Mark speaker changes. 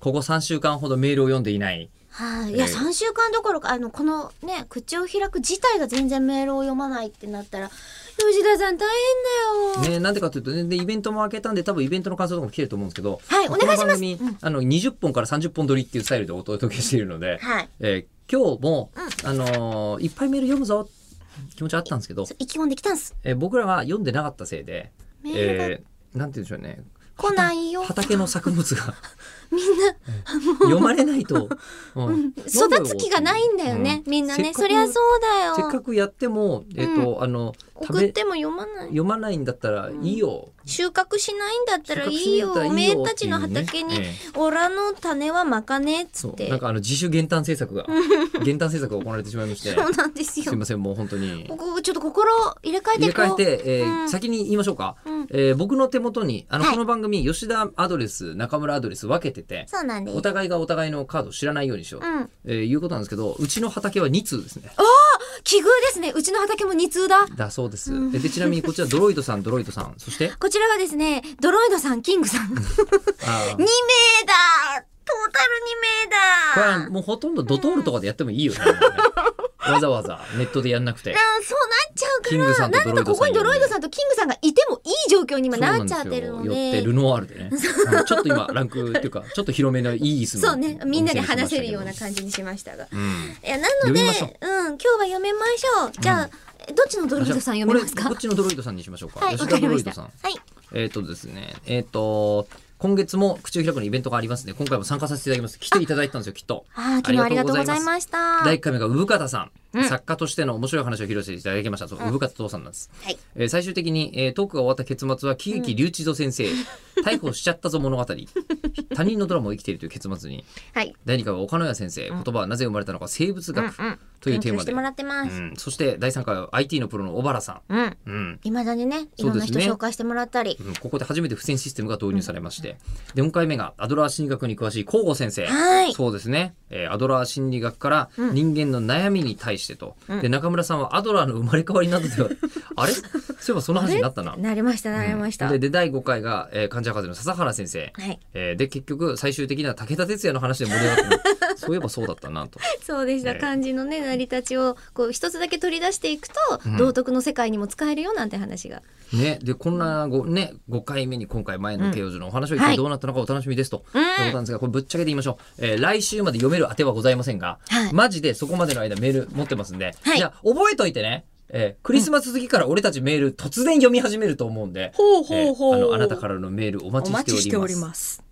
Speaker 1: ここ3週間ほどメールを読んでいない。
Speaker 2: はい、いや、
Speaker 1: えー
Speaker 2: 3週間どころか、あの、このね、口を開く自体が全然メールを読まないってなったら、吉田さん大変だよ。
Speaker 1: ね、なんでかというと、ね、でイベントも開けたんで、多分イベントの感想とかも来てると思うんですけど、
Speaker 2: はい
Speaker 1: まあ
Speaker 2: お願いします
Speaker 1: この番組、あの、20本から30本撮りっていうスタイルでお届けしているので、
Speaker 2: はい。
Speaker 1: えー今日も、あのーいっぱいメール読むぞ、気持ちはあったんですけど
Speaker 2: そ、う意気込んできたんす。
Speaker 1: えー僕らは読んでなかったせいで、
Speaker 2: メールが
Speaker 1: えーなんて言うんでしょうね。
Speaker 2: 来ないよ。
Speaker 1: 畑の作物が
Speaker 2: みんな、
Speaker 1: 読まれないと、う
Speaker 2: うん
Speaker 1: ん
Speaker 2: 育つ気がないんだよね、
Speaker 1: う
Speaker 2: みんな
Speaker 1: せっ
Speaker 2: ね。
Speaker 1: かく
Speaker 2: そりゃそうだよ。
Speaker 1: せっかくやっても、えっ、と、あの、食
Speaker 2: 送っ
Speaker 1: べ、
Speaker 2: ても読まない。
Speaker 1: 読まないんだったらいいよ。
Speaker 2: 収穫しないんだったらいいよ。
Speaker 1: 収穫しな
Speaker 2: お
Speaker 1: い
Speaker 2: め
Speaker 1: んだったらいいよ
Speaker 2: えたちの畑
Speaker 1: っていう
Speaker 2: に
Speaker 1: ね、
Speaker 2: オラの種はまかねえっつ
Speaker 1: そ
Speaker 2: っ
Speaker 1: う
Speaker 2: て。
Speaker 1: なんかあの自主減反政策が減反政策が行われてしまいまして
Speaker 2: そうなんですよ
Speaker 1: すい。ませんもう本当に
Speaker 2: ここちょっと心を入れ替えて
Speaker 1: 入れ
Speaker 2: いこう
Speaker 1: 替えて、えー
Speaker 2: うん
Speaker 1: 先に言いましょうか、
Speaker 2: うん
Speaker 1: えー僕の手元にあの、
Speaker 2: はい
Speaker 1: この番組吉田アドレス中村アドレス分けてて
Speaker 2: そうなんです
Speaker 1: お。互いがお互いのカードを知らないようにしようと、
Speaker 2: うん
Speaker 1: えーいうことなんですけどうちの畑は2通ですね
Speaker 2: 奇遇ですね。うちの畑も二通だ。
Speaker 1: だそうです、えでちなみにこちらドロイドさんドロイドさんそして
Speaker 2: こちらがですね、ドロイドさん、キングさん。2名だ
Speaker 1: あー
Speaker 2: トータ
Speaker 1: これは
Speaker 2: ル2名だ
Speaker 1: もうほとんどドトールとかでやってもい いよね、わざわざネットでやんなくて
Speaker 2: あそうなっちゃう
Speaker 1: キング
Speaker 2: か
Speaker 1: さ
Speaker 2: ら、
Speaker 1: んと
Speaker 2: な
Speaker 1: ド
Speaker 2: ん
Speaker 1: ロ
Speaker 2: と
Speaker 1: イドさん
Speaker 2: ここにドロイドさんとキングさんがいてもいい状況に今
Speaker 1: そう
Speaker 2: な
Speaker 1: な
Speaker 2: っ
Speaker 1: ん
Speaker 2: ち
Speaker 1: で
Speaker 2: ゃっ
Speaker 1: す
Speaker 2: てる
Speaker 1: よ
Speaker 2: の
Speaker 1: よってル
Speaker 2: で。
Speaker 1: ノワールで ねうんちょっと今ランクっていうかちょっと広めのいい椅子の
Speaker 2: そうね、みんなで話せるような感じにしましたが。
Speaker 1: じ、うん
Speaker 2: いや、なの
Speaker 1: 読
Speaker 2: で、う
Speaker 1: み
Speaker 2: ん、
Speaker 1: ましょ
Speaker 2: 今
Speaker 1: う
Speaker 2: 日は読めましょう。じゃあ、どっちのドロイドさん読めます
Speaker 1: これ
Speaker 2: か
Speaker 1: こっちのドロイドさんにしましょうか、
Speaker 2: はい、わ
Speaker 1: 吉
Speaker 2: か
Speaker 1: 田
Speaker 2: り
Speaker 1: ドロ
Speaker 2: ま
Speaker 1: イ
Speaker 2: し
Speaker 1: ド
Speaker 2: た。
Speaker 1: さん
Speaker 2: はい。
Speaker 1: えっ、とですねえっ、と今月も口を開くのイベントがありますね今回も参加させていただきます来ていただいたんですよきっと
Speaker 2: ああ、昨日ありがとうございました。
Speaker 1: 第1回目が産方さん、
Speaker 2: うん
Speaker 1: 作家としての面白い話を披露していただきましたそう産方父さんなんです、
Speaker 2: はい
Speaker 1: えー最終的に、えートークが終わった結末は喜劇隆一郎先 生、逮捕しちゃったぞ物語 他人のドラマを生きているという結末に
Speaker 2: はい。
Speaker 1: 第2回は岡野谷先生、言葉はなぜ生まれたのか生物学
Speaker 2: うんうん
Speaker 1: というテー
Speaker 2: 勉強
Speaker 1: マ
Speaker 2: し
Speaker 1: で、
Speaker 2: て
Speaker 1: う
Speaker 2: も
Speaker 1: ん
Speaker 2: らってます。
Speaker 1: そして第3回は IT のプロの小原さ
Speaker 2: うん。
Speaker 1: ん、うん
Speaker 2: いまだにね、い
Speaker 1: そ
Speaker 2: ろ
Speaker 1: うんで
Speaker 2: な
Speaker 1: すね
Speaker 2: 人紹介してもらったり。
Speaker 1: うんここで初めて付箋システムが導入されまして、で4回目がアドラー心理学に詳しい広吾先生、
Speaker 2: はい。
Speaker 1: そうですね、えーアドラー心理学から
Speaker 2: うん
Speaker 1: 人間の悩みに対してと、
Speaker 2: うん
Speaker 1: で中村さんはアドラーの生まれ変わりなど ではあれそういえばその話になったな。
Speaker 2: なりました、なりました。
Speaker 1: うんでで第5回が、えー患者博士の笹原先生、
Speaker 2: はい。
Speaker 1: えーで結局最終的には武田鉄矢の話で盛り上 がったなそういえばそうだったなと
Speaker 2: そうでし
Speaker 1: え
Speaker 2: た。
Speaker 1: え
Speaker 2: 漢字のね、成り立ちを、こう、一つだけ取り出していくと
Speaker 1: うん、
Speaker 2: 道徳の世界にも使えるよなんて話が。
Speaker 1: ね、でこんなご、ね、5回目に今回前の慶応授のお話を一
Speaker 2: は
Speaker 1: 体
Speaker 2: い
Speaker 1: どうなったのかお楽しみですと、と
Speaker 2: うん
Speaker 1: いうことなんですがこれぶっちゃけて言いましょう、えー来週まで読める当てはございませんが、
Speaker 2: はい
Speaker 1: マジでそこまでの間メール持ってますんで、
Speaker 2: はい
Speaker 1: じゃあ覚えといてね、えークリスマス過ぎから俺たちメール突然読み始めると思うんで、
Speaker 2: ほう
Speaker 1: えーあのあなたからのメールお待ちしております。
Speaker 2: す。